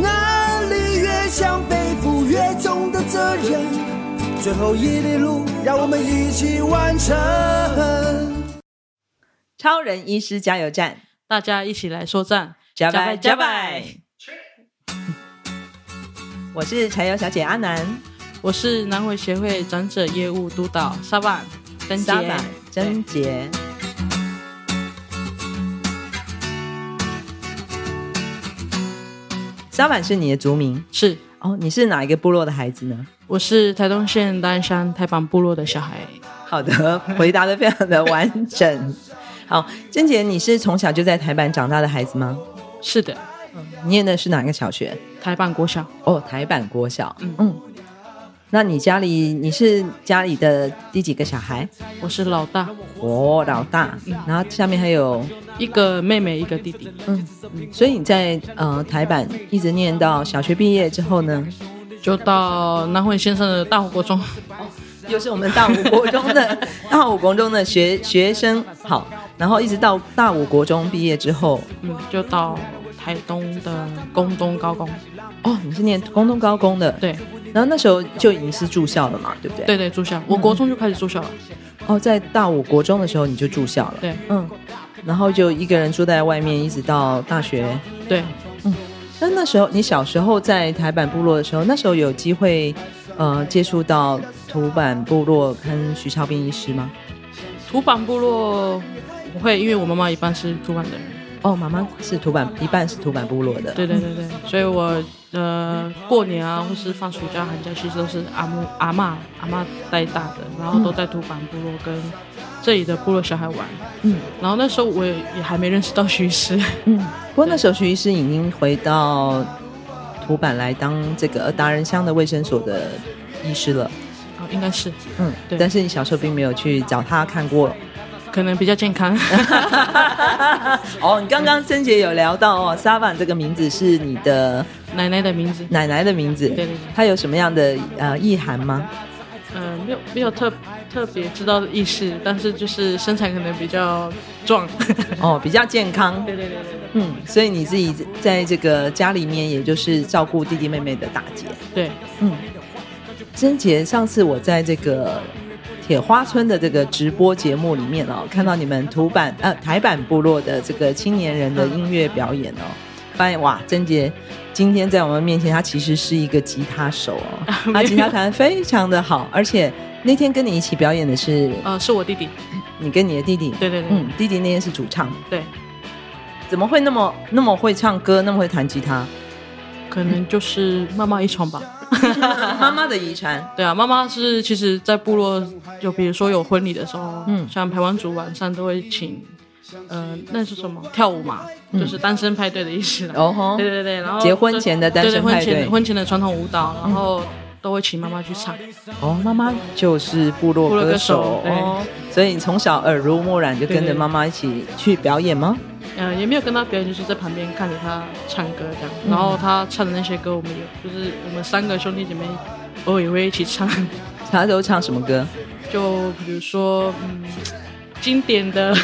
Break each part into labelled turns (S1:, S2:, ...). S1: 能力越强，背负越重的责任。最后一里路，让我们一起完成。
S2: 超人医师加油站，
S3: 大家一起来说赞，
S2: 加
S3: 拜
S2: 拜加拜！ 我是柴油小姐阿南，
S3: 我是南回协会长者业务督导沙万登杰
S2: 沙板，
S3: 对
S2: 贞洁。沙板是你的族名
S3: 是，
S2: 哦，你是哪一个部落的孩子呢？
S3: 我是台东县丹山台板部落的小孩。
S2: 好 的，回答的非常的完整。好，贞洁，你是从小就在台版长大的孩子吗？
S3: 是的，
S2: 你念的是哪个小学？
S3: 台板国小
S2: 哦，台版国小。嗯
S3: 嗯
S2: 嗯，那你家里你是家里的第几个小孩？
S3: 我是老大，
S2: 哦，老大，然后下面还有，
S3: 一个妹妹一个弟弟。
S2: 嗯，嗯所以你在呃台版一直念到小学毕业之后呢，
S3: 就到南汇先生的大湖国中，
S2: 又是我们大五国中的 大五国中的学学生，好，然后一直到大五国中毕业之后，
S3: 嗯，就到台东的工东高工，
S2: 哦，你是念工东高工的，，
S3: 对
S2: 然后那时候就已经是住校了嘛，对不对？，
S3: 对对，住校，我国中就开始住校了，
S2: 哦，在大五国中的时候你就住校了，
S3: 对
S2: 嗯，然后就一个人住在外面，一直到大学。
S3: 对，
S2: 那那时候你小时候在台版部落的时候，那时候有机会呃接触到土版部落跟徐超斌医师吗？
S3: 土板部落我会，因为我妈妈一半是土板的人，
S2: 哦，妈妈是土版，一半是土版部落的。
S3: 对对对对，所以我呃过年啊，或是放暑假、寒假，其实都是阿母、阿嬷、阿嬷带大的，然后都在土板部落跟这里的部落小孩玩。
S2: 嗯
S3: 然后那时候我也也还没认识到徐师，
S2: 嗯。不过那时候徐医师已经回到土版来当这个达人乡的卫生所的医师了。
S3: 啊应该是
S2: 嗯，
S3: 对
S2: 但是你小时候并没有去找他看过。
S3: 可能比较健 康。
S2: 哦，你刚刚珍姐有聊到哦，沙板这个名字是你的
S3: 奶奶的名字，
S2: 奶奶的名字，
S3: 对对对
S2: 它有什么样的呃意涵吗？
S3: 呃，没有没有特特别知道的意识，但是就是身材可能比较壮。
S2: 哦，比较健康，
S3: 对对对对
S2: 嗯，所以你自己在这个家里面，也就是照顾弟弟妹妹的大姐，
S3: 对，
S2: 嗯。珍姐，上次我在这个铁花村的这个直播节目里面哦，看到你们土版呃台版部落的这个青年人的音乐表演哦，发现哇，珍姐今天在我们面前，她其实是一个吉他手哦，她吉他弹得非常的好，而且那天跟你一起表演的是
S3: 呃，是我弟弟。
S2: 你跟你的弟弟，
S3: 对对对、
S2: 嗯，弟弟那天是主唱，
S3: 对，
S2: 怎么会那么那么会唱歌，那么会弹吉他？
S3: 可能就是妈妈遗传吧。
S2: 妈妈的遗传，
S3: 对啊，妈妈是其实，在部落就比如说有婚礼的时候，
S2: 嗯
S3: 嗯，像台湾族晚上都会请，呃，那是什么跳舞嘛，
S2: 嗯
S3: 就是单身派对的意思啦。
S2: 哦吼
S3: 对，对对，然后
S2: 结婚前的单身
S3: 对对
S2: 派对嗯
S3: 婚前婚前的传统舞蹈，然后都会请妈妈去唱。
S2: 哦，妈妈就是部落
S3: 部落
S2: 歌
S3: 歌手
S2: 手哦，所以你从小耳濡目染就跟
S3: 对
S2: 着
S3: 对
S2: 妈妈一起去表演吗？
S3: 呃，也没有跟他表演，就是在旁边看着他唱歌这样。
S2: 嗯
S3: 然后他唱的那些歌，我们有，就是我们三个兄弟姐妹偶尔也会一起唱，
S2: 她都唱什么歌？
S3: 就比如说，嗯，经典的，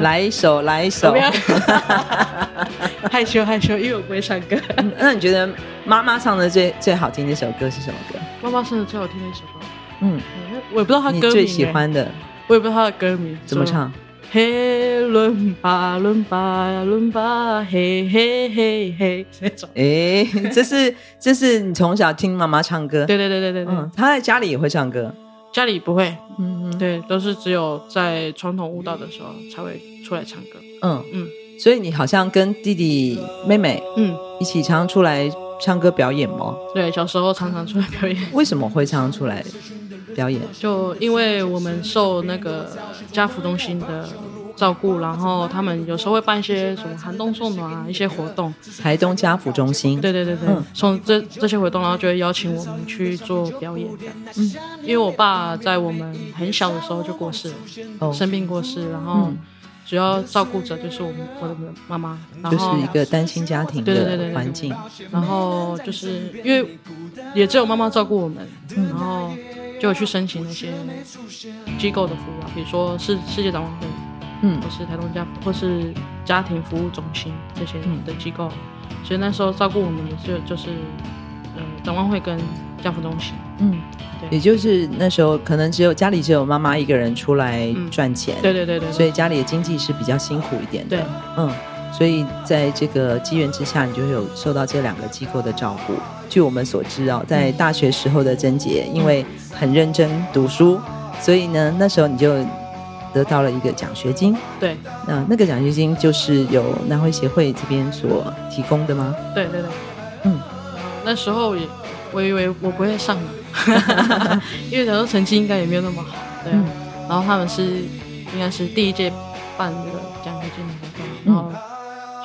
S2: 来一首，来一
S3: 嗯怎
S2: 首
S3: 么。样？害羞害羞，因为我不会唱歌。
S2: 嗯那你觉得妈妈唱的最最好听的一首歌是什么歌？
S3: 妈妈生日最好听的一首歌，
S2: 嗯，
S3: 嗯我也不知道他
S2: 你
S3: 歌名、
S2: 最喜，欢的
S3: 我也不知道他的歌名
S2: 怎么。唱？
S3: 嘿，伦巴伦巴伦巴，嘿嘿嘿嘿，那种。
S2: 诶， 这是这是你从小听妈妈唱歌，
S3: 对对对对对对，
S2: 嗯，她在家里也会唱歌，
S3: 家里不会，
S2: 嗯嗯
S3: 对，都是只有在传统舞蹈的时候才会出来唱歌。
S2: 嗯
S3: 嗯
S2: 所以你好像跟弟弟妹妹
S3: 嗯，
S2: 一起常常出来唱歌表演吗？
S3: 对，小时候常常出来表演，
S2: 为什么会常常出来表演？
S3: 就因为我们受那个家福中心的照顾，然后他们有时候会办一些什么寒冬送暖啊一些活动，
S2: 台东家福中心，
S3: 对对对对，
S2: 嗯
S3: 从这这些活动，然后就会邀请我们去做表演的。
S2: 嗯，
S3: 因为我爸在我们很小的时候就过世了，
S2: 哦，
S3: 生病过世，然后
S2: 嗯
S3: 主要照顾者就是我们我的妈妈，然
S2: 就
S3: 后
S2: 是一个单亲家庭
S3: 对对对对
S2: 的
S3: 对
S2: 环境，
S3: 然后就是因为也只有妈妈照顾我们，然后就有去申请那些机构的服务啊，比如说世世界展望会，
S2: 嗯
S3: 或是台东家或是家庭服务中心这些
S2: 嗯
S3: 的机构，啊所以那时候照顾我们的就就是呃展望会跟家福中心，
S2: 嗯，
S3: 对
S2: 也就是那时候可能只有家里只有妈妈一个人出来
S3: 嗯
S2: 赚钱，
S3: 对对对对，
S2: 所
S3: 以
S2: 以家里的经济是比较辛苦一点的，
S3: 对
S2: 嗯，所以在这个机缘之下，你就会有受到这两个机构的照顾。据我们所知
S3: 嗯
S2: 哦，在大学时候的贞洁，因为很认真读书，所以呢，那时候你就得到了一个奖学金。
S3: 对
S2: 那那个奖学金就是由南汇协会这边所提供的吗？
S3: 对对对，
S2: 嗯，
S3: 那时候也我以为我不会上 的， 因为小时候成绩应该也没有那么好，对
S2: 嗯
S3: 啊、然后他们是应该是第一届办这个奖学金的活动，
S2: 嗯
S3: 然后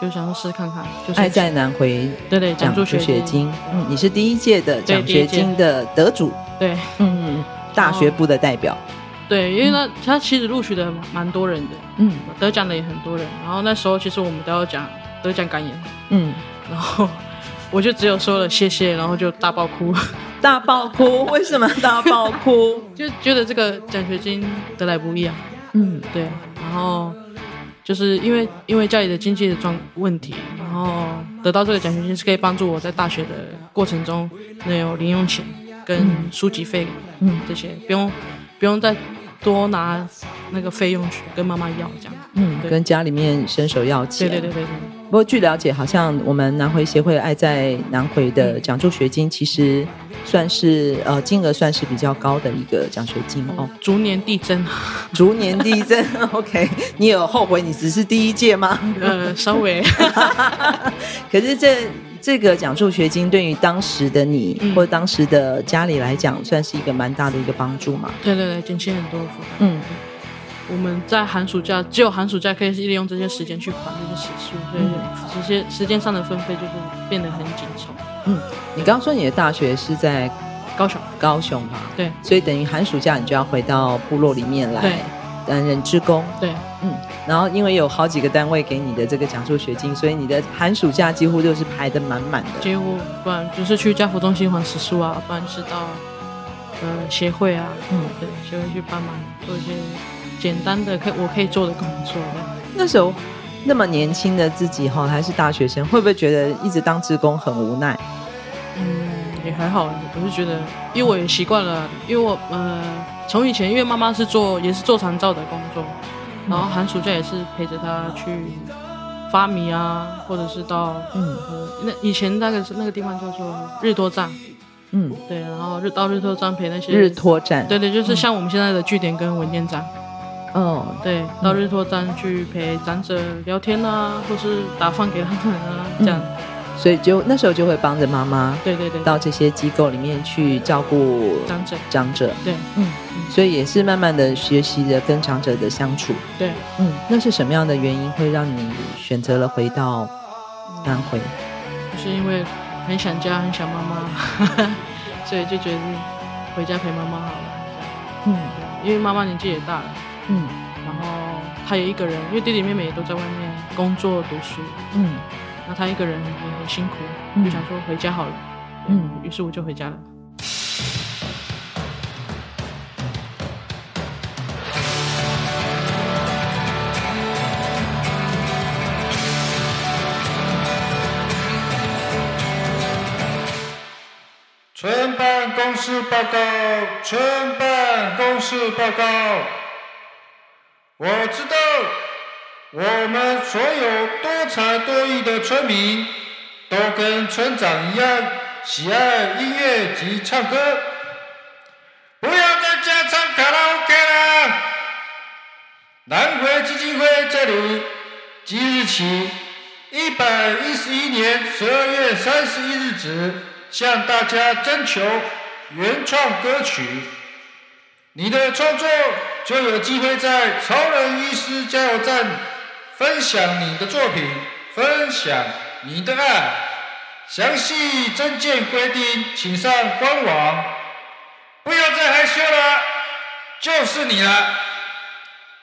S3: 就想要试试看看，就是
S2: 爱在南哎回
S3: 对对
S2: 奖
S3: 助
S2: 助学
S3: 金
S2: 金，，嗯，你是第一届的
S3: 对
S2: 奖学金的得主，
S3: 对
S2: 嗯，大学部的代表，
S3: 对，因为那他其实录取的蛮多人的，
S2: 嗯
S3: 得奖的也很多人，然后那时候其实我们都要讲得奖感言，
S2: 嗯，
S3: 然后 我就只有说了谢谢，然后就大爆哭，
S2: 大爆哭，为什么大爆哭？
S3: 就觉得这个奖学金得来不易啊，
S2: 嗯
S3: 对，然后就是因为因为家里的经济的状问题，然后得到这个奖学金是可以帮助我在大学的过程中能有零用钱跟书籍费
S2: 嗯
S3: 这些，不用不用再多拿那个费用去跟妈妈要这样。
S2: 嗯，
S3: 对
S2: 跟家里面伸手要钱。
S3: 对对对对对。
S2: 不过据了解，好像我们南回协会爱在南回
S3: 嗯
S2: 的奖助学金，其实算是呃金额算是比较高的一个奖学金哦
S3: 哦。，逐年递增，
S2: 逐年递增。OK，你有后悔你只是第一届吗？
S3: 呃，稍 微
S2: 可是这这个奖助学金对于当时的你、
S3: 嗯
S2: 或当时的家里来讲，算是一个蛮大的一个帮助嘛。
S3: 对对对，减轻很多负担。
S2: 嗯
S3: 我们在寒暑假，只有寒暑假可以利用这些时间去还这些时数，所以这些时间上的分配就是变得很紧凑。
S2: 嗯，你刚刚说你的大学是在
S3: 高雄，
S2: 高雄嘛？
S3: 对
S2: 所以等于寒暑假你就要回到部落里面
S3: 对
S2: 来担任志工，
S3: 对
S2: 嗯，然后因为有好几个单位给你的这个奖助学金，所以你的寒暑假几乎就是排得满满的。
S3: 几乎不然就是去家福中心还时数啊，不然是到呃协会啊，
S2: 嗯
S3: 对，协会去帮忙做一些简单的可我可以做的工作。
S2: 那时候那么年轻的自己哈，还是大学生，会不会觉得一直当志工很无奈？
S3: 嗯，也还好，我是觉得，因为我也习惯了，因为我呃从以前因为妈妈是做也是做长照的工作，然后寒暑假也是陪着她去发米啊，或者是到。
S2: 嗯
S3: 呃，那以前那个是那个地方叫做日多站，
S2: 嗯，
S3: 对，然后日到日多站陪那些
S2: 日托站，
S3: 对对，就是像我们现在的据点跟文件站，
S2: 哦，
S3: 对，到日托站去陪长者聊天啊，或是打饭给他们啊，
S2: 嗯
S3: 这样，
S2: 所以就那时候就会帮着妈妈
S3: 对对对，
S2: 到这些机构里面去照顾
S3: 长者，
S2: 长者，
S3: 对
S2: 嗯，所以也是慢慢的学习着跟长者的相处。
S3: 对，
S2: 嗯，那是什么样的原因会让你选择了回到南回？
S3: 就是因为很想家，很想妈妈， 所以就觉得回家陪妈妈好了，
S2: 嗯
S3: 这样因为妈妈年纪也大了，
S2: 嗯
S3: 然后她也一个人，因为弟弟妹妹也都在外面工作读书，
S2: 嗯
S3: 那她一个人也很辛苦，
S2: 嗯
S3: 就想说回家好了，
S2: 嗯，
S3: 于是我就回家了。
S4: 全办公室报告，全办公室报告。我知道，我们所有多才多艺的村民，都跟村长一样喜爱音乐及唱歌。不要在家唱卡拉 OK 啦！南回基金会这里即日起，一百一十一年十二月三十一日止，向大家征求原创歌曲。你的创作就有机会在超人医师加油站分享你的作品，分享你的爱。详细证件规定，请上官网。不要再害羞了，就是你了，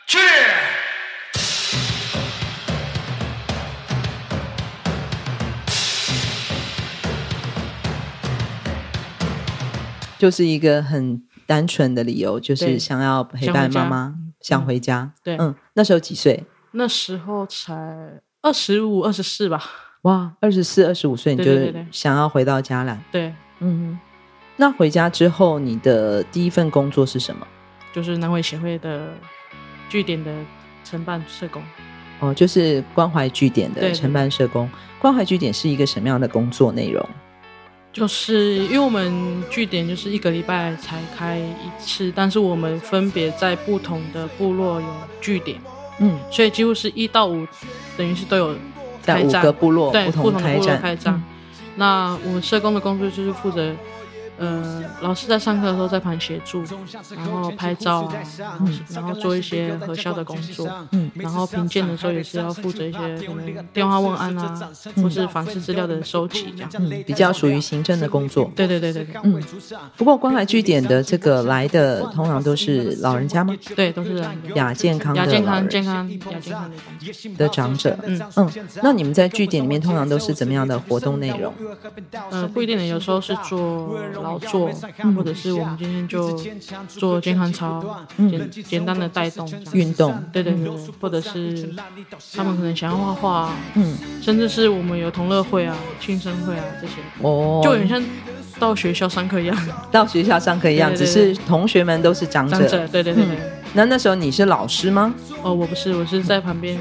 S4: 去！
S2: 就是一个很单纯的理由，就是
S3: 对
S2: 想要陪
S3: 想
S2: 伴
S3: 回
S2: 妈
S3: 家
S2: 妈，想回家。
S3: 对
S2: 嗯，那时候几岁？
S3: 那时候才二十五、二十四吧。
S2: 哇，二十四、二十五岁你
S3: 对
S2: 就
S3: 对对对
S2: 想要回到家来。
S3: 对，
S2: 嗯哼，那回家之后，你的第一份工作是什么？
S3: 就是南汇协会的据点的承办社工。
S2: 哦，就是关怀据点
S3: 对
S2: 的
S3: 对
S2: 承办社工。关怀据点是一个什么样的工作内容？
S3: 就是因为我们据点就是一个礼拜才开一次，但是我们分别在不同的部落有据点，
S2: 嗯，
S3: 所以几乎是一到五，等于是都有
S2: 在
S3: 开
S2: 五
S3: 战
S2: 个部落
S3: 对
S2: 不
S3: 不
S2: 同
S3: 同的
S2: 开嗯
S3: 部落
S2: 展。
S3: 开张。那我们社工的工作就是负责，呃，老师在上课的时候在旁协助，然后拍照啊，然后做一些核销的工作，
S2: 嗯
S3: 然后评鉴的时候也是要负责一些可能电话问案啊，或是访视资料的收集这样。
S2: 嗯，比较属于行政的工作。
S3: 对对对对对，
S2: 嗯，不过关怀据点的这个来的通常都是老人家吗？
S3: 对，都是这样的
S2: 亚健康的
S3: 亚健
S2: 老
S3: 康、
S2: 人
S3: 健康、亚健康的工作。
S2: 的长者。
S3: 嗯
S2: 嗯，那你们在据点里面通常都是怎么样的活动内容？
S3: 呃，不一定的，有时候是做劳作，
S2: 嗯
S3: 或者是我们今天就做健康操，简简单的带动这样
S2: 嗯运动
S3: 对对对对，或者是他们可能想要画画啊，
S2: 嗯，
S3: 甚至是我们有同乐会啊、庆生会啊这些，
S2: 哦，嗯
S3: 就很像到学校上课一样。
S2: 到学校上课一样，
S3: 对对
S2: 只
S3: 对
S2: 是同学们都是长
S3: 长者，啊对对对对。
S2: 那那时候你是老师吗？
S3: 哦，我不是，我是在旁边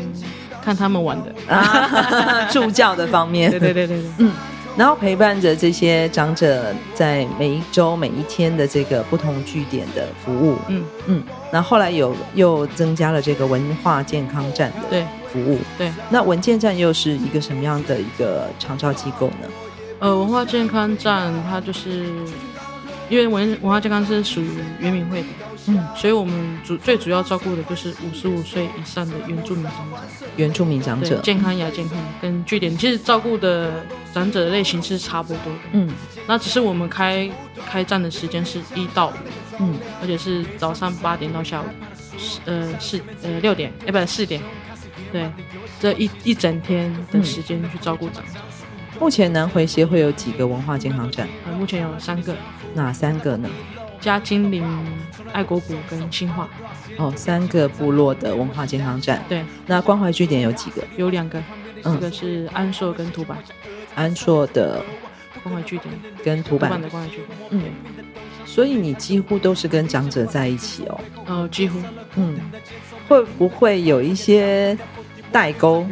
S3: 看他们玩的。
S2: 啊， 助教的方面。
S3: 对对对对对，
S2: 然后陪伴着这些长者在每一周、每一天的这个不同据点的服务。
S3: 嗯，
S2: 嗯，然后后来有又增加了这个文化健康站的
S3: 对
S2: 服务。
S3: 对。
S2: 那文健站又是一个什么样的一个长照机构呢？
S3: 呃，文化健康站它就是因为文文化健康是属于原民会的，
S2: 嗯，
S3: 所以我们主最主要照顾的就是五十五岁以上的原住民长者，
S2: 原住民长
S3: 对
S2: 者。
S3: 健康亚健康跟据点，其实照顾的长者的类型是差不多的。
S2: 嗯
S3: 那只是我们开开站的时间是一到五，
S2: 嗯，
S3: 而且是早上八点到下午，呃四呃六点，哎、不四点，对，这一一整天
S2: 嗯
S3: 的时间去照顾长者。
S2: 目前南回协会有几个文化健康站？
S3: 呃，目前有三个，
S2: 哪三个呢？
S3: 加金陵、爱国谷跟新化，
S2: 哦，三个部落的文化健康站。
S3: 对，
S2: 那关怀据点有几个？
S3: 有两个，
S2: 嗯
S3: 一个是安硕跟土板
S2: 安硕的
S3: 关怀据点，
S2: 跟土
S3: 土板
S2: 板
S3: 的。关怀据点，
S2: 嗯，所以你几乎都是跟长者在一起哦。
S3: 呃，几乎，
S2: 嗯，会不会有一些代沟？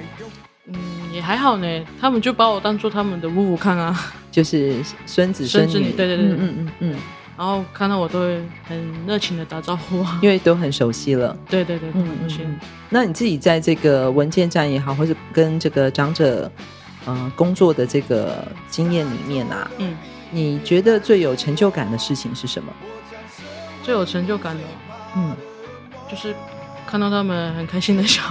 S3: 嗯，也还好呢，他们就把我当做他们的姑姑看啊，
S2: 就是孙子
S3: 孙
S2: 女，
S3: 子女对对对
S2: 嗯嗯嗯嗯，
S3: 然后看到我都会很热情的打招呼 啊，
S2: 因为都很熟悉了。
S3: 对对对，
S2: 嗯
S3: 嗯
S2: 嗯嗯
S3: 嗯，
S2: 那你自己在这个文件站也好，或是跟这个长者，呃，工作的这个经验里面啊，
S3: 嗯，
S2: 你觉得最有成就感的事情是什么？
S3: 最有成就感的
S2: 嗯，
S3: 就是看到他们很开心 的笑，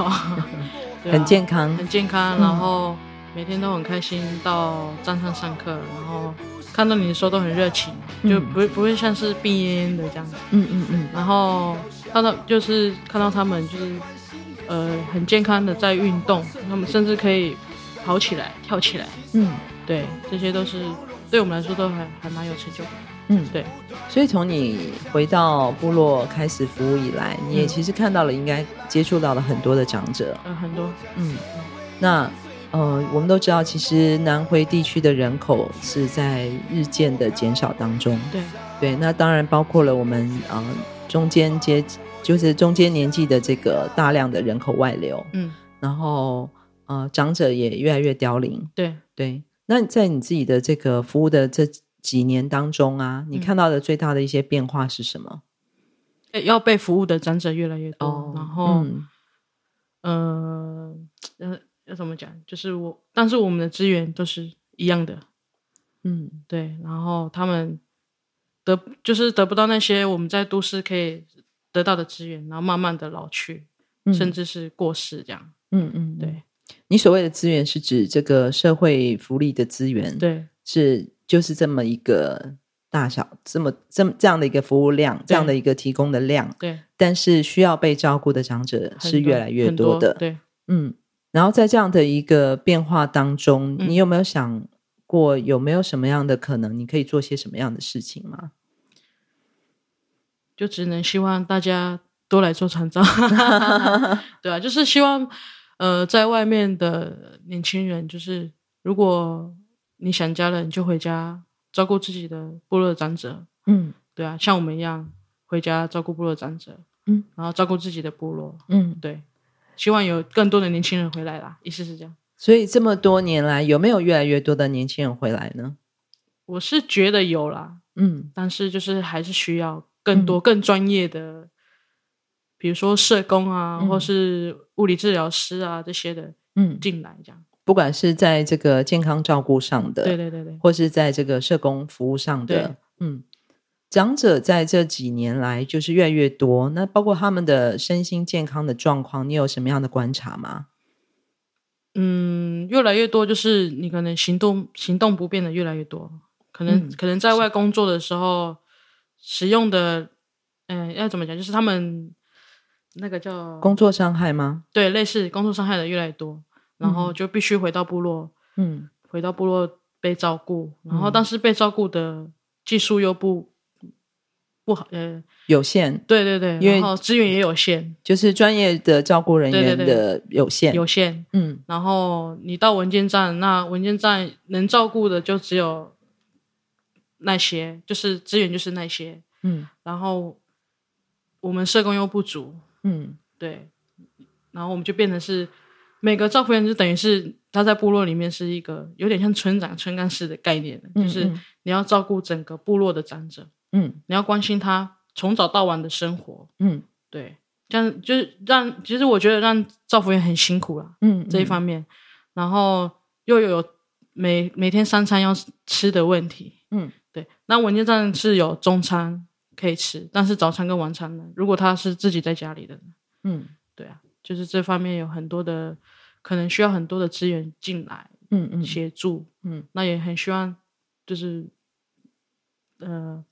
S3: 对啊
S2: 很健康，
S3: 很健康，
S2: 嗯
S3: 然后每天都很开心到站上上课，然后看到你的时候都很热情，
S2: 嗯
S3: 就不会不会像是病恹恹的这样子。
S2: 嗯嗯嗯，
S3: 然后看到就是看到他们就是呃很健康的在运动，他们甚至可以跑起来、跳起来，
S2: 嗯
S3: 对，这些都是对我们来说都还还蛮有成就感。
S2: 嗯，
S3: 对，
S2: 所以从你回到部落开始服务以来，你也
S3: 嗯
S2: 其实看到了，应该接触到了很多的长者。
S3: 呃，很多
S2: 嗯，那呃，我们都知道，其实南回地区的人口是在日渐的减少当中。
S3: 对
S2: 对，那当然包括了我们呃中间阶，就是中间年纪的这个大量的人口外流，
S3: 嗯
S2: 然后呃长者也越来越凋零。
S3: 对，
S2: 对，那在你自己的这个服务的这几年当中啊，你
S3: 嗯
S2: 看到的最大的一些变化是什么？
S3: 呃要被服务的长者越来越多，然后。
S2: 嗯
S3: 呃，要要怎么讲？就是我，但是我们的资源都是一样的，
S2: 嗯
S3: 对。然后他们得就是得不到那些我们在都市可以得到的资源，然后慢慢的老去，
S2: 嗯
S3: 甚至是过世这样。
S2: 嗯嗯，
S3: 对、
S2: 嗯。你所谓的资源是指这个社会福利的资源，，
S3: 对
S2: 是就是这么一个大小，这么这么这样的一个服务量，这样的一个提供的量，
S3: 对，
S2: 但是需要被照顾的长者
S3: 很
S2: 是越
S3: 多
S2: 来越
S3: 很多
S2: 的，
S3: 对，
S2: 嗯，然后在这样的一个变化当中，
S3: 嗯
S2: 你有没有想过有没有什么样的可能，你可以做些什么样的事情吗？
S3: 就只能希望大家多来做长照， 对啊，就是希望呃，在外面的年轻人，就是如果你想家了，你就回家照顾自己的部落的长者，
S2: 嗯
S3: 对啊，像我们一样回家照顾部落的长者，
S2: 嗯，
S3: 然后照顾自己的部落，
S2: 嗯，
S3: 对，希望有更多的年轻人回来啦，意思是这样。
S2: 所以这么多年来，有没有越来越多的年轻人回来呢？
S3: 我是觉得有啦，
S2: 嗯
S3: 但是就是还是需要更多、更专业的，比如说社工啊，
S2: 嗯
S3: 或是物理治疗师啊这些的
S2: 嗯，
S3: 进来，这样。
S2: 不管是在这个健康照顾上的，
S3: 对对对对，
S2: 或是在这个社工服务上的
S3: 对，
S2: 嗯，长者在这几年来就是越来越多，那包括他们的身心健康的状况，你有什么样的观察吗？
S3: 嗯，越来越多就是你可能行动行动不便的越来越多，可能、
S2: 嗯
S3: 可能在外工作的时候使用的，嗯、要怎么讲，就是他们那个叫
S2: 工作伤害吗？
S3: 对类似工作伤害的越来越多，然
S2: 嗯
S3: 后就必须回到部落，
S2: 嗯
S3: 回到部落被照顾，然后
S2: 嗯
S3: 但是被照顾的技术又不不好，呃，
S2: 有限，
S3: 对对对，
S2: 因为
S3: 然后资源也有限，
S2: 就是专业的照顾人员
S3: 对对对
S2: 的有限。
S3: 有限，
S2: 嗯
S3: 然后你到文件站，那文件站能照顾的就只有那些，就是资源就是那些，
S2: 嗯
S3: 然后我们社工又不足，
S2: 嗯
S3: 对，然后我们就变成是每个照顾员就等于是他在部落里面是一个有点像村长、村干事的概念，
S2: 嗯
S3: 就是
S2: 嗯
S3: 你要照顾整个部落的长者，
S2: 嗯
S3: 你要关心他从早到晚的生活，
S2: 嗯
S3: 对，这样就是让其实我觉得让照顾员很辛苦啦、
S2: 嗯，
S3: 这一方面，然后又有每每天三餐要吃的问题，
S2: 嗯，
S3: 对，那文件站是有中餐可以吃，但是早餐跟晚餐呢，如果他是自己在家里的，
S2: 嗯
S3: 对啊，就是这方面有很多的，可能需要很多的资源进来
S2: 嗯嗯
S3: 协助。
S2: 嗯，
S3: 那也很希望就是，呃，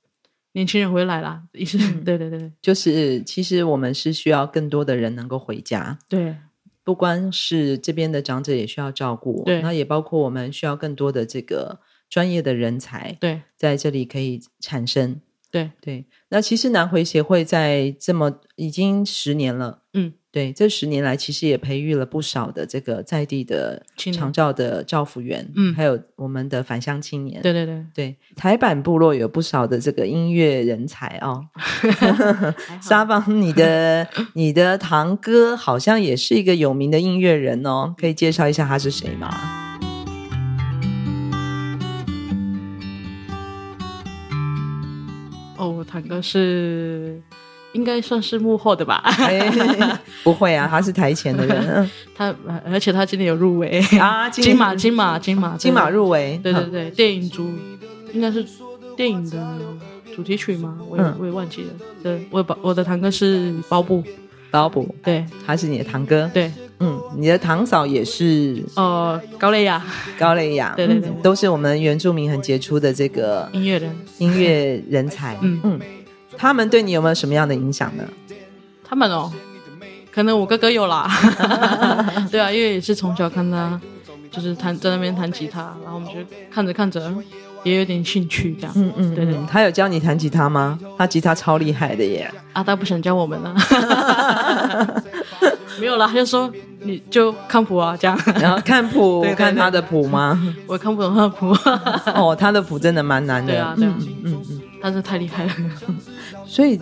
S3: 年轻人回来啦，意思、
S2: 嗯
S3: 对对对对
S2: 就是其实我们是需要更多的人能够回家，
S3: 对
S2: 不光是这边的长者也需要照顾，
S3: 对
S2: 那也包括我们需要更多的这个专业的人才
S3: 对
S2: 在这里可以产生。
S3: 对
S2: 对，那其实南回协会在这么已经十年了，
S3: 嗯，
S2: 对，这十年来其实也培育了不少的这个在地的
S3: 青年
S2: 长照的照服员，
S3: 嗯
S2: 还有我们的返乡青年，
S3: 对对对，
S2: 对，台版部落有不少的这个音乐人才哦。
S3: 还好
S2: 沙邦，你的你的堂哥好像也是一个有名的音乐人哦，可以介绍一下他是谁 吗？
S3: 哦，我堂哥是应该算是幕后的吧，
S2: 哎，不会啊，他是台前的 人
S3: 他而且他今年有 入围
S2: 啊，今
S3: 金马金马金马
S2: 金马，入围，
S3: 对对
S2: 嗯
S3: 对对，电影组应该是电影的主题曲吗？我也、
S2: 嗯
S3: 我也忘记了，对，我把我的堂哥是包布，
S2: 老卜，
S3: 对
S2: 他是你的堂哥，，
S3: 对，
S2: 嗯，你的堂嫂也是
S3: 呃，高蕾雅
S2: 高蕾雅，
S3: 对对对
S2: 嗯都是我们原住民很杰出的这个
S3: 音乐人，
S2: 音乐人才，
S3: 嗯
S2: 嗯，他们对你有没有什么样的影响呢？
S3: 他们哦，可能我哥哥有啦， 对啊，因为也是从小看他，就是弹在那边弹吉他，然后我们就看着看着也有点兴趣这样，
S2: 嗯嗯，
S3: 对对
S2: 嗯，他有教你弹吉他吗？他吉他超厉害的耶。
S3: 阿大不想教我们了、没有啦，他就说你就看谱啊这样，
S2: 然后看谱，
S3: 对对
S2: 看
S3: 对
S2: 他的谱吗？
S3: 我看不懂他的谱，
S2: 哦，他的谱真的蛮难的。
S3: 对啊对啊
S2: 嗯嗯嗯
S3: 但是太厉害了，
S2: 嗯。所以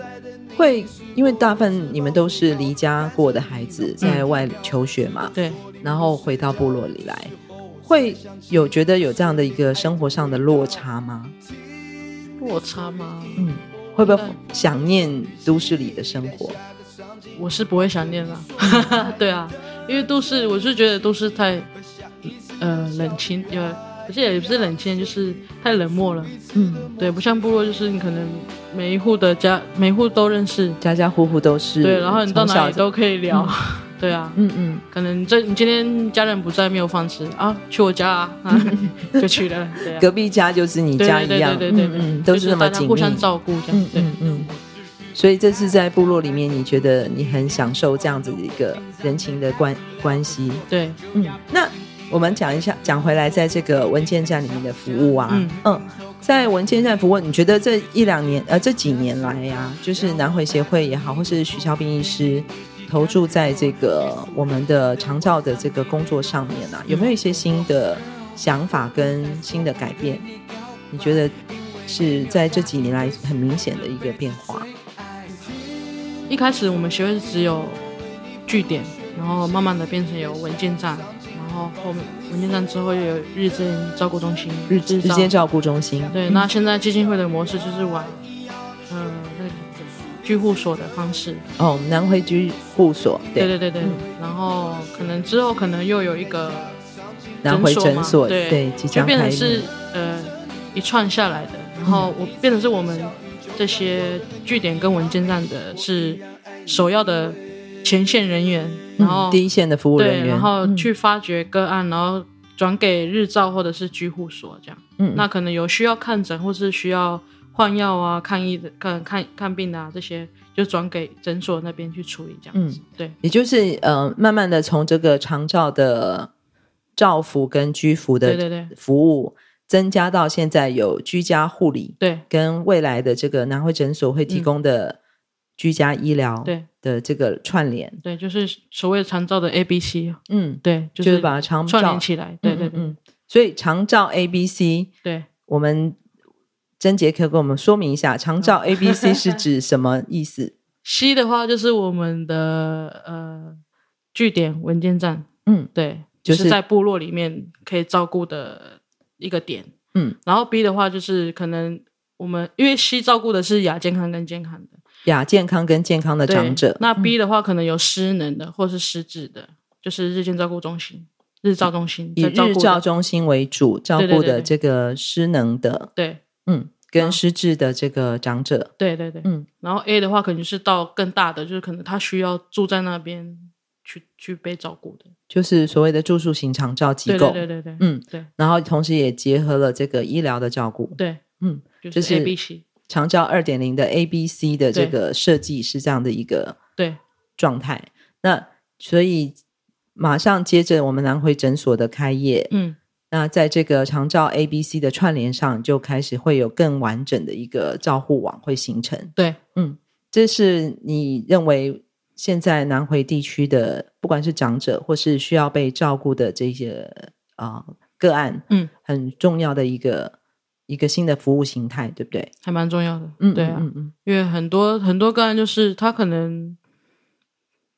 S2: 会因为大部分你们都是离家过的孩子，在
S3: 嗯
S2: 外求学嘛，
S3: 对。
S2: 然后回到部落里来，会有觉得有这样的一个生活上的落差吗？
S3: 落差吗？
S2: 嗯，会不会
S3: 嗯
S2: 想念都市里的生活？
S3: 我是不会想念啦。 对啊，因为都市，我是觉得都市太，呃，冷清，呃，可是也不是冷清，就是太冷漠了。
S2: 嗯，
S3: 对，不像部落，就是你可能每一户的家，每一户都认识，
S2: 家家户户都是。
S3: 对，然后你到
S2: 从
S3: 哪
S2: 小
S3: 里都可以聊。 对啊，
S2: 嗯嗯，
S3: 可能这你今天家人不在，没有饭吃啊，去我家啊，啊 就去了。对啊，
S2: 隔壁家就是你家一样，
S3: 对对对对对对
S2: 嗯嗯，
S3: 就
S2: 都是那么
S3: 大家
S2: 紧密，
S3: 互相照顾这样
S2: 嗯。
S3: 对
S2: 嗯嗯。所以这是在部落里面，你觉得你很享受这样子的一个人情的关关系。
S3: 对，
S2: 嗯，那我们讲一下，讲回来，在这个文件站里面的服务啊，嗯
S3: 嗯
S2: 在文件站服务，你觉得这一两年呃这几年来呀、就是南回协会也好，或是许孝斌医师投注在这个我们的长照的这个工作上面
S3: 嗯
S2: 啊，有没有一些新的想法跟新的改变？你觉得是在这几年来很明显的一个变化？
S3: 一开始我们协会是只有据点，然后慢慢的变成有文件站，然后后面文件站之后又有日间照顾中心、日日
S2: 日间照顾中心，
S3: 对，那现在基金会的模式就是玩，嗯、那个居护所的方式。
S2: 哦，南回居护所，
S3: 对对对对，然后可能之后可能又有一个
S2: 南回诊
S3: 嘛
S2: 所，
S3: 对，
S2: 即
S3: 就
S2: 将
S3: 变
S2: 开嗯
S3: 成
S2: 幕。
S3: 是呃一串下来的，然后我变成是我们这些据点跟文件站的是首要的前线人员，然后、
S2: 嗯第一线的服务人
S3: 对，
S2: 员，
S3: 然后
S2: 嗯
S3: 去发掘个案，然后转给日照或者是居护所这样。
S2: 嗯
S3: 那可能有需要看诊或是需要换药啊、看医的、看看看病啊这些，就转给诊所那边去处理这
S2: 嗯
S3: 样子。对
S2: 也就是呃，慢慢的从这个长照的照服跟居服
S3: 对对
S2: 的
S3: 对
S2: 服务增加到现在有居家护理，
S3: 对
S2: 跟未来的这个南汇诊所会提供的居家医疗
S3: 嗯对
S2: 的这个串联，
S3: 对，就是所谓长照的 A、B、C，
S2: 嗯，
S3: 对，
S2: 就是把长
S3: 串
S2: 照
S3: 联，起来。对对
S2: 嗯嗯，
S3: 对
S2: 嗯所以长照 A B C，
S3: 对，
S2: 我们甄杰可以跟我们说明一下，长
S3: 嗯
S2: 照 A B C 是指什么意 思？
S3: C 的话就是我们的呃据点文件站，
S2: 嗯
S3: 对，
S2: 就
S3: 就是是在部落里面可以照顾的一个点。
S2: 嗯，
S3: 然后 B 的话就是可能我们因为 C 照顾的是亚健康跟健康的
S2: 亚健康跟健康的
S3: 对
S2: 长者，嗯
S3: 那 B 的话可能有失能的或是失智的，就是日间照顾中心、日照中心
S2: 以
S3: 在照
S2: 日
S3: 顾
S2: 照
S3: 的
S2: 中心为主照
S3: 对对
S2: 顾
S3: 对
S2: 的
S3: 对
S2: 这个失能的，
S3: 对
S2: 嗯，跟
S3: 啊
S2: 失智的这个长者，
S3: 对对对，
S2: 嗯。
S3: 然后 A 的话可能就是到更大的，就是可能他需要住在那边去去被照顾的
S2: 就是所谓的住宿型长照机
S3: 对
S2: 构，
S3: 对对对对，
S2: 嗯，
S3: 对
S2: 然后同时也结合了这个医疗的照顾，
S3: 对，
S2: 嗯，
S3: 就是 A、B、C，
S2: 长照二点零的 A B C 的这
S3: 对
S2: 个设计是这样的一个
S3: 对
S2: 状态。那所以马上接着我们南回诊所的开业，
S3: 嗯，
S2: 那在这个长照 A B C 的串联上，就开始会有更完整的一个照护网会形成。嗯
S3: 对
S2: 这是你认为现在南回地区的，不管是长者或是需要被照顾的这些啊、呃个案，
S3: 嗯，
S2: 很重要的一个一个新的服务形态，对不对？
S3: 还蛮重要的，
S2: 嗯，
S3: 对啊，
S2: 嗯嗯
S3: 因为很多很多个案就是他可能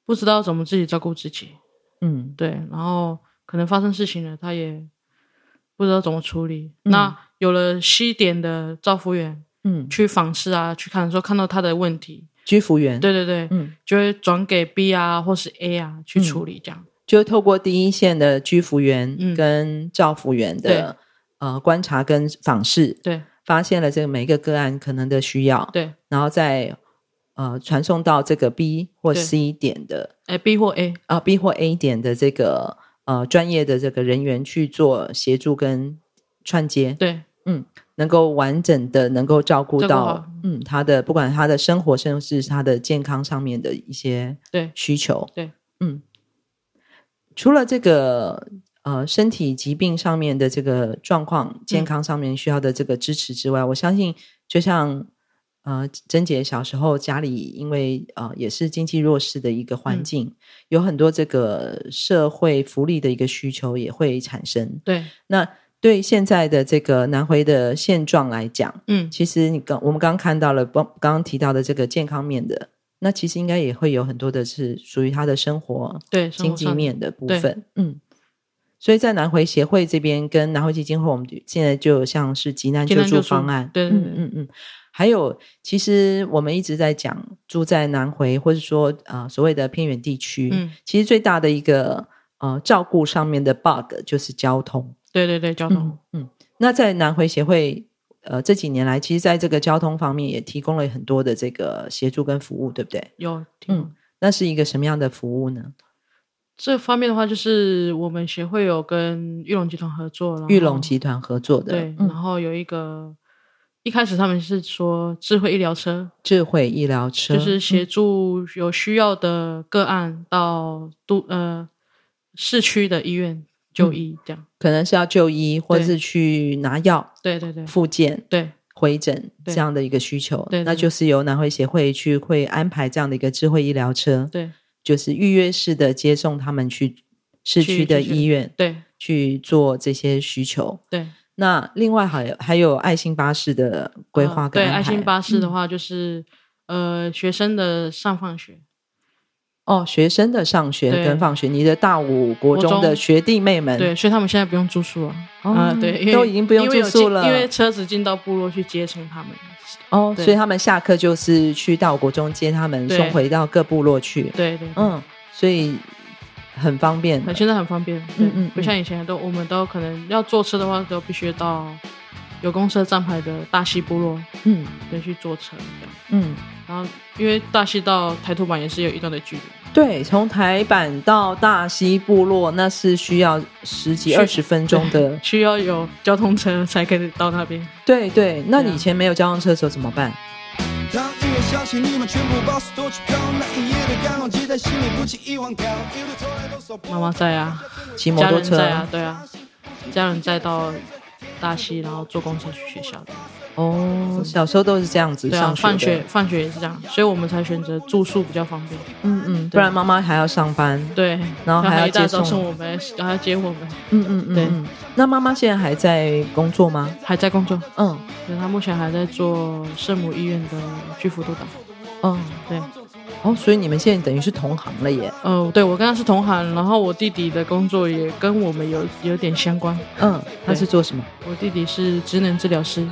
S3: 不知道怎么自己照顾自己，
S2: 嗯
S3: 对，然后可能发生事情了，他也不知道怎么处理。
S2: 嗯
S3: 那有了西点的照护员
S2: 嗯嗯，
S3: 去访视啊，去看的时候看到他的问题，
S2: 居服员，，
S3: 对对对，
S2: 嗯，
S3: 就会转给 B 啊或是 A 啊去处理这样。
S2: 就透过第一线的居服员
S3: 嗯
S2: 跟照服员的、呃观察跟访视，
S3: 对
S2: 发现了这个每一个个案可能的需要，
S3: 对，
S2: 然后再呃传送到这个 B 或
S3: 对
S2: C 点的
S3: 哎 B 或 A，
S2: 啊、B 或 A 点的这个呃专业的这个人员去做协助跟串接，
S3: 对
S2: 能够完整的能够照顾
S3: 照顾
S2: 到
S3: 好
S2: 嗯他的不管他的生活，甚至是他的健康上面的一些
S3: 对
S2: 需求。
S3: 对，
S2: 嗯，除了这个呃身体疾病上面的这个状
S3: 嗯
S2: 况、健康上面需要的这个支持之外，我相信就像。呃，珍姐小时候家里因为呃也是经济弱势的一个环
S3: 嗯
S2: 境，有很多这个社会福利的一个需求也会产生。
S3: 对，
S2: 那对现在的这个南回的现状来讲，
S3: 嗯，
S2: 其实你刚我们刚刚看到了，刚刚刚提到的这个健康面的，那其实应该也会有很多的是属于他的生活
S3: 对，生
S2: 经
S3: 活
S2: 济
S3: 上
S2: 面的部
S3: 对
S2: 分，嗯。所以在南回协会这边跟南回基金会，我们现在就像是急难
S3: 急
S2: 救
S3: 难
S2: 助
S3: 救助
S2: 方案，
S3: 对对
S2: 嗯
S3: 对
S2: 嗯嗯。还有，其实我们一直在讲住在南回，或者说呃所谓的偏远地区，
S3: 嗯
S2: 其实最大的一个呃照顾上面的 bug 就是交通，
S3: 对对对，交通
S2: 嗯，嗯，那在南回协会，呃，这几年来，其实在这个交通方面也提供了很多的这个协助跟服务，对不对？
S3: 有听
S2: 嗯，那是一个什么样的服务呢？
S3: 这方面的话，就是我们协会有跟玉龙集团合作，然后
S2: 玉龙集团合作的，
S3: 哦对，
S2: 嗯，
S3: 然后有一个一开始他们是说智慧医疗车，
S2: 智慧医疗车嗯
S3: 就是协助有需要的个案到都呃市区的医院
S2: 嗯
S3: 就医，这样。
S2: 可能是要就医，或
S3: 对
S2: 是去拿药、
S3: 对对对
S2: 复健、
S3: 对
S2: 回诊
S3: 对
S2: 这样的一个需求，
S3: 对对
S2: 那
S3: 对
S2: 就是由南回协会去会安排这样的一个智慧医疗车，
S3: 对
S2: 就是预约式的接送他们去市
S3: 去
S2: 区的
S3: 去去
S2: 医院
S3: 对
S2: 去做这些需求。
S3: 对，
S2: 那另外还有还有爱心巴士的规划
S3: 呃
S2: 跟
S3: 对
S2: 安排、
S3: 爱心巴士的
S2: 嗯
S3: 话，就是呃学生的上放学，
S2: 哦，学生的上学
S3: 对
S2: 跟放学，你的大五国
S3: 国
S2: 中
S3: 中
S2: 的学弟妹们，
S3: 对，所以他们现在不用住宿了。
S2: 嗯哦
S3: 啊，对，因为
S2: 都已经不用
S3: 因为有
S2: 住宿
S3: 进
S2: 了
S3: 因为车子进到部落去接送他们。
S2: 哦，
S3: 对
S2: 所以他们下课就是去到国中接他们，
S3: 对
S2: 送回到各部落去，
S3: 对对，嗯，
S2: 嗯，所以很方便，
S3: 现在很方便，对
S2: 嗯嗯
S3: 不像以前都我们都可能要坐车的话，都必须到有公车站牌的大溪部落，
S2: 嗯
S3: 对，去坐车这样。
S2: 嗯，
S3: 然后因为大溪到台土板也是有一段的距离，
S2: 对，从台版到大溪部落，那是需要十几
S3: 需
S2: 二十分钟的，
S3: 需要有交通车才可以到那边。
S2: 对对，那
S3: 对
S2: 你
S3: 啊
S2: 以前没有交通车的时候怎么办？
S1: 当音乐响起，你们全部把手都举高，那一夜的感动记在心里，不轻易忘掉。一路走来都手不
S3: 妈妈在啊，
S2: 骑摩
S3: 家
S2: 托
S3: 人
S2: 哦车
S3: 在啊，对啊，家人在到大溪，然后坐公车去学校。
S2: 哦，小时候都是这样子
S3: 对啊，
S2: 上
S3: 放
S2: 学
S3: 学
S2: 的，
S3: 放学也是这样，所以我们才选择住宿比较方便。
S2: 嗯嗯，不然妈妈还要上班，
S3: 对，
S2: 然后还要
S3: 一大
S2: 接
S3: 早
S2: 送
S3: 送我们，然后接我们，
S2: 嗯嗯嗯
S3: 对
S2: 嗯。那妈妈现在还在工作吗？
S3: 还在工作。
S2: 嗯
S3: 对，他目前还在做圣母医院的居服督导。
S2: 嗯，
S3: 对，
S2: 哦，所以你们现在等于是同行了耶。
S3: 呃，对我跟他是同行，然后我弟弟的工作也跟我们有有点相关。
S2: 嗯，他
S3: 对
S2: 是做什么？
S3: 我弟弟是职能治疗师，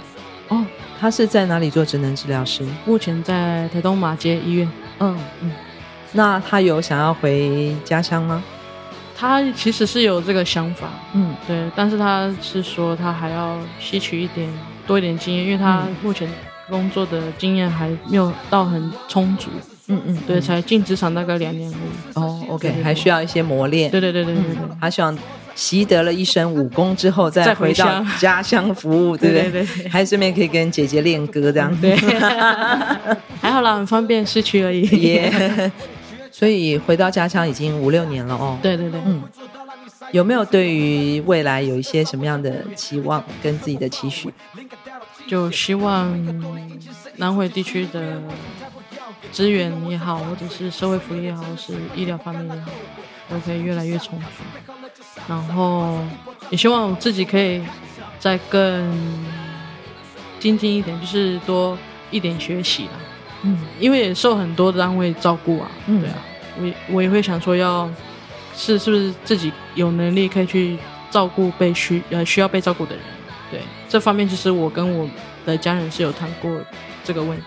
S2: 哦，他是在哪里做职能治疗师？
S3: 目前在台东马街医院。
S2: 嗯嗯。那他有想要回家乡吗？
S3: 他其实是有这个想法，
S2: 嗯
S3: 对，但是他是说他还要吸取一点多一点经验，因为他
S2: 嗯
S3: 目前工作的经验还没有到很充足，
S2: 嗯嗯，
S3: 对，
S2: 嗯
S3: 才进职场大概两年而已。
S2: 哦
S3: 对
S2: ，OK，
S3: 对
S2: 还需要一些磨练。
S3: 对对对对对
S2: 嗯，他希望习得了一身武功之后，再
S3: 再
S2: 回
S3: 回
S2: 到
S3: 乡
S2: 家乡服务，对不 对？嗯
S3: 对对对
S2: 还顺便可以跟姐姐练歌这样。
S3: 对对，还好啦，很方便，市区而 已。
S2: 耶。 所以回到家乡已经五六年了哦。，
S3: 对对对，
S2: 嗯，有没有对于未来有一些什么样的期望跟自己的期许？
S3: 就希望南回地区的资源也好，或者是社会福利也好，或是医疗方面也好，都可以越来越充足。然后也希望我自己可以再更精进一点，就是多一点学习啦。
S2: 嗯，
S3: 因为也受很多单位照顾啊，
S2: 嗯
S3: 对啊，我也我也会想说要是是不是自己有能力可以去照顾被需呃需要被照顾的人，对这方面其实我跟我的家人是有谈过这个问题，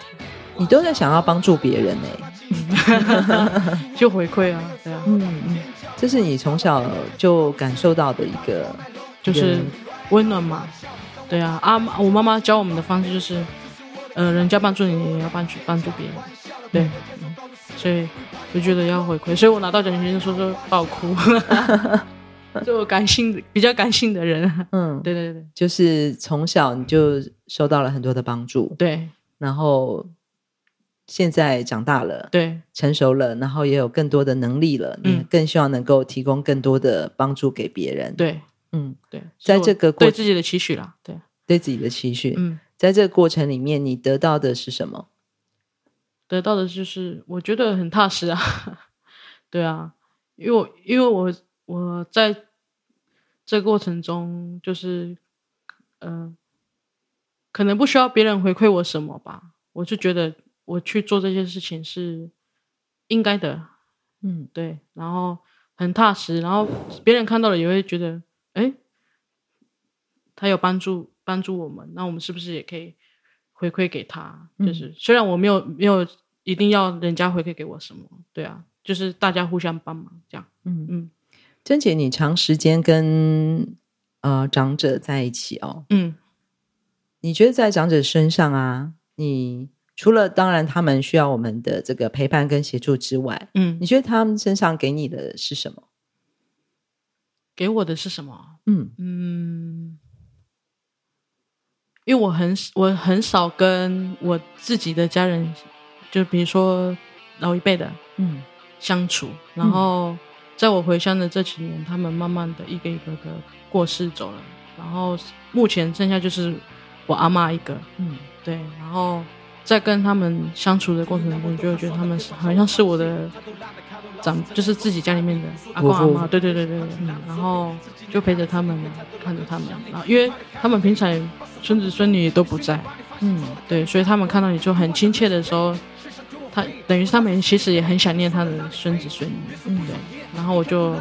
S2: 你都在想要帮助别人呢、欸
S3: 就回馈啊，对啊，
S2: 嗯嗯，这是你从小就感受到的一个，嗯
S3: 就是温暖嘛，对啊啊，我妈妈教我们的方式就是，呃，人家帮助你，你也要帮助帮助别人，对。嗯所以我觉得要回馈，所以我拿到奖学金的时候就爆哭， 就我感性比较感性的人啊，
S2: 嗯，
S3: 对对对
S2: 就是从小你就受到了很多的帮助，
S3: 对
S2: 然后现在长大了，
S3: 对
S2: 成熟了，然后也有更多的能力了，
S3: 嗯
S2: 你更希望能够提供更多的帮助给别人。
S3: 对，对
S2: 嗯，
S3: 对，
S2: 在
S3: 是我
S2: 这个过
S3: 对自己的期许啦，对，
S2: 对自己的期许，
S3: 嗯，
S2: 在这个过程里面，你得到的是什么？
S3: 得到的就是我觉得很踏实啊， 对啊，因为我因为我我在这过程中就是，呃，可能不需要别人回馈我什么吧，我就觉得我去做这些事情是应该的，
S2: 嗯
S3: 对，然后很踏实，然后别人看到了也会觉得，哎，他有帮助帮助我们，那我们是不是也可以回馈给他？就是、虽然我没有没有一定要人家回馈给我什么，对啊，就是大家互相帮忙这样。
S2: 嗯
S3: 嗯
S2: 珍姐，你长时间跟呃长者在一起哦。
S3: 嗯，
S2: 你觉得在长者身上啊，你除了当然他们需要我们的这个陪伴跟协助之外，
S3: 嗯
S2: 你，觉得他们身上给你的是什么？
S3: 给我的是什么？啊
S2: 嗯
S3: 嗯，因为我很我很少跟我自己的家人，就比如说老一辈的
S2: 嗯
S3: 相处，然后在我回乡的这几年，他们慢慢的一个一个的过世走了，然后目前剩下就是我阿妈一个，
S2: 嗯
S3: 对，然后在跟他们相处的过程中，就会觉得他们是好像是我的长，就是自己家里面的阿公阿
S2: 伯父
S3: 妈，对对对对对、嗯然后就陪着他们，看着他们，然后因为他们平常孙子孙女也都不在，
S2: 嗯
S3: 对，所以他们看到你就很亲切的时候，他等于是他们其实也很想念他的孙子孙女，
S2: 嗯
S3: 对，然后我就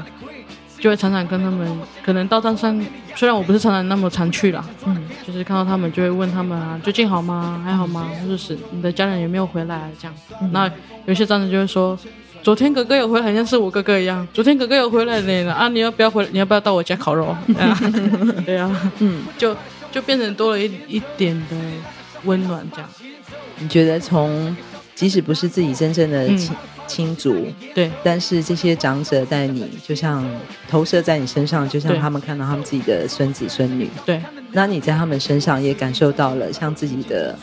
S3: 就会常常跟他们，可能到山上，虽然我不是常常那么常去啦，
S2: 嗯，
S3: 就是看到他们就会问他们啊，最近好吗？还好吗？或者是你的家人有没有回来、啊？这样，那有些家长就会说。昨天哥哥有回来，好像是我哥哥一样。昨天哥哥有回来呢，啊，你要不要回来？你要不要到我家烤肉？ 对啊，对啊，嗯，就就变成多了一一点的温暖，这样。
S2: 你觉得从即使不是自己真正的
S3: 嗯
S2: 亲、亲族，
S3: 对，
S2: 但是这些长者在你，就像投射在你身上，就像
S3: 对
S2: 他们看到他们自己的孙子孙女，
S3: 对，
S2: 那你在他们身上也感受到了像自己的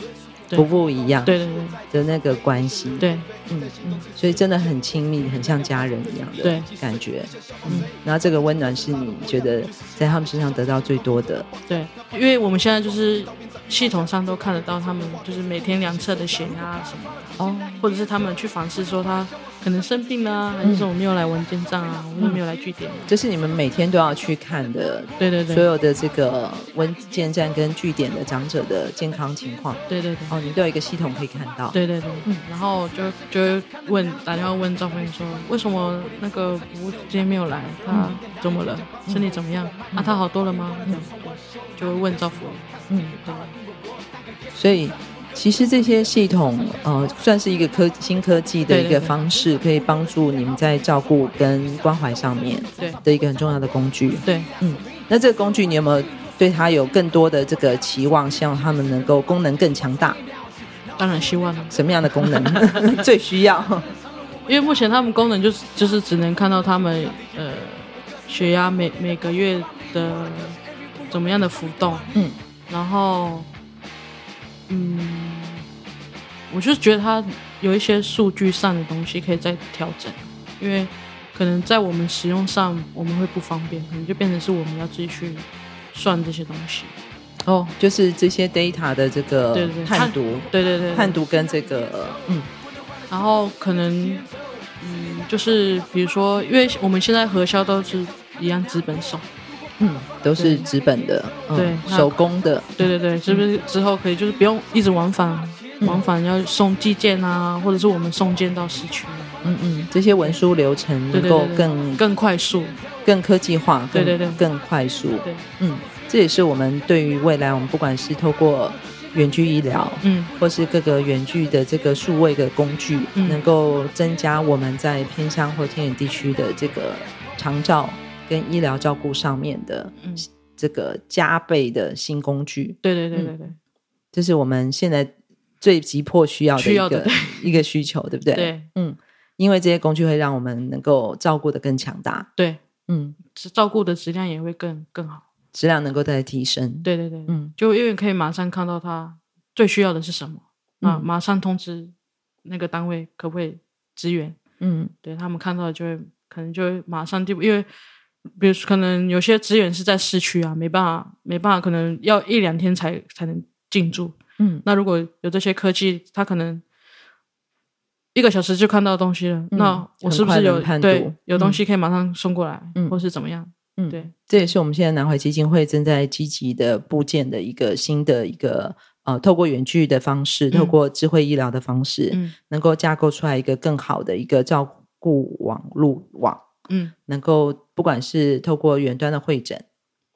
S3: 对
S2: 伯父一样
S3: 对对
S2: 的那个关系，
S3: 对对，
S2: 嗯嗯，所以真的很亲密，很像家人一样的
S3: 对
S2: 感觉，嗯，然后这个温暖是你觉得在他们身上得到最多的，
S3: 对，因为我们现在就是系统上都看得到他们，就是每天量测的血压啊什么的，
S2: 哦，
S3: 或者是他们去访视说他可能生病啦、还是说我没有来文件账啊，我没有来据点啊、
S2: 这是你们每天都要去看的，
S3: 对对
S2: 嗯所
S3: 对，
S2: 有的这个文件站跟据点的长者的健康情况，
S3: 对对对。
S2: 哦，你都有一个系统可以看到，
S3: 对对对，
S2: 嗯
S3: 然后就就会问打电话问赵飞说，为什么那个吴今天没有来？他
S2: 嗯
S3: 怎么了？身体怎么样？啊，他好多了吗？这样就会问赵福。
S2: 嗯，所以其实这些系统呃，算是一个科新科技的
S3: 对
S2: 一
S3: 对
S2: 个
S3: 对
S2: 方式，可以帮助你们在照顾跟关怀上面
S3: 对
S2: 的一个很重要的工具。
S3: 对，
S2: 嗯，那这个工具你有没有对它有更多的这个期望，希望他们能够功能更强大？
S3: 当然希望了。
S2: 什么样的功能 最需要？
S3: 哦因为目前他们功能就是就是只能看到他们呃血压每每个月的怎么样的浮动，
S2: 嗯，
S3: 然后嗯，我就觉得它有一些数据上的东西可以再调整，因为可能在我们使用上我们会不方便，可能就变成是我们要自己去算这些东西。
S2: 哦，就是这些 data 的这个
S3: 对对对
S2: 判
S3: 看
S2: 读。
S3: 对对对，
S2: 判读跟这个，嗯
S3: 然后可能，嗯，就是比如说，因为我们现在核销都是一样资本手，
S2: 嗯，都是纸本的，嗯、
S3: 对那
S2: 手工的，
S3: 对对
S2: 嗯
S3: 对，是不是之后可以就是不用一直往返，往返要送寄件啊，或者是我们送件到市区，啊
S2: 嗯嗯，这些文书流程
S3: 对
S2: 能
S3: 对
S2: 够
S3: 对对
S2: 更
S3: 更快速，
S2: 更科技化，更
S3: 对对对
S2: 更快速。
S3: 对，
S2: 嗯，这也是我们对于未来，我们不管是透过远距医疗，
S3: 嗯，
S2: 或是各个远距的这个数位的工具，
S3: 嗯
S2: 能够增加我们在偏乡或偏远地区的这个长照跟医疗照顾上面的
S3: 嗯
S2: 这个加倍的新工具。
S3: 对对对对
S2: 嗯
S3: 对
S2: 这是我们现在最急迫需要的一
S3: 需要的
S2: 个 一个需求，对不对？
S3: 对，
S2: 嗯，因为这些工具会让我们能够照顾的更强大，
S3: 对，
S2: 嗯，
S3: 只照顾的质量也会更更好，
S2: 质量能够再提升，
S3: 对对对，
S2: 嗯
S3: 就因为可以马上看到他最需要的是什么，啊，
S2: 嗯
S3: 马上通知那个单位可不可以支援，
S2: 嗯
S3: 对他们看到就会可能就会马上递补，因为比如说可能有些资源是在市区啊，没办法没办法，可能要一两天才才能进驻。
S2: 嗯
S3: 那如果有这些科技，它可能一个小时就看到东西了，那我是不是有
S2: 很快能判读
S3: 对有
S2: 嗯
S3: 东西可以马上送过来，
S2: 嗯
S3: 或是怎么样？
S2: 嗯，
S3: 对，
S2: 这也是我们现在南怀基金会正在积极的部件的一个新的一个呃，透过远距的方式，透过智慧医疗的方式，
S3: 嗯
S2: 能够架构出来一个更好的一个照顾网路网，
S3: 嗯
S2: 能够不管是透过远端的会诊。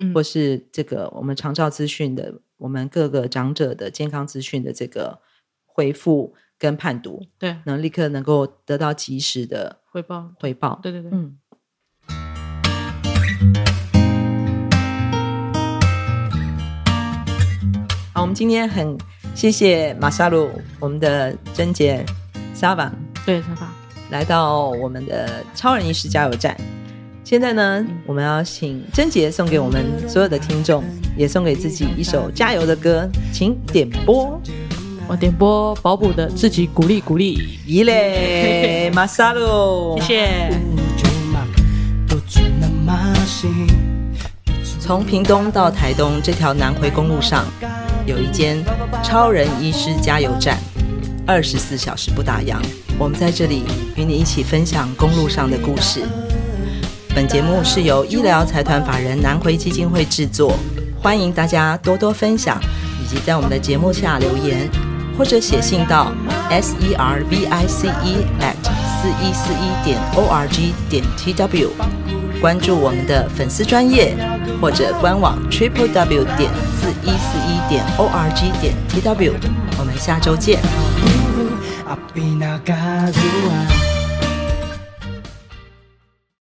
S3: 嗯，
S2: 或是这个我们长照资讯的，我们各个长者的健康资讯的这个回复跟判读，
S3: 对
S2: 能立刻能够得到及时的
S3: 回报，嗯
S2: 回报。
S3: 对对对，
S2: 嗯。好，我们今天很谢谢马沙鲁，我们的珍姐沙瓦
S3: 对，沙发。
S2: 来到我们的超人医师加油站。现在呢，
S3: 嗯
S2: 我们要请珍姐送给我们所有的听众，也送给自己一首加油的歌，请点 播。
S3: 我点播保补的，自己鼓励鼓励，
S2: 一嘞，马萨鲁，
S3: 谢。谢。
S2: 从屏东到台东这条南回公路上，有一间超人医师加油站，二十四小时不打烊。我们在这里与你一起分享公路上的故事。本节目是由医疗财团法人南回基金会制作，欢迎大家多多分享，以及在我们的节目下留言，或者写信到 s e r v i c e at 四一四一点 o r g 点 t w，关注我们的粉丝专业或者官网 triple w 点四一四一点 o r g 点 t w，我们下周见。
S1: Api nakaluan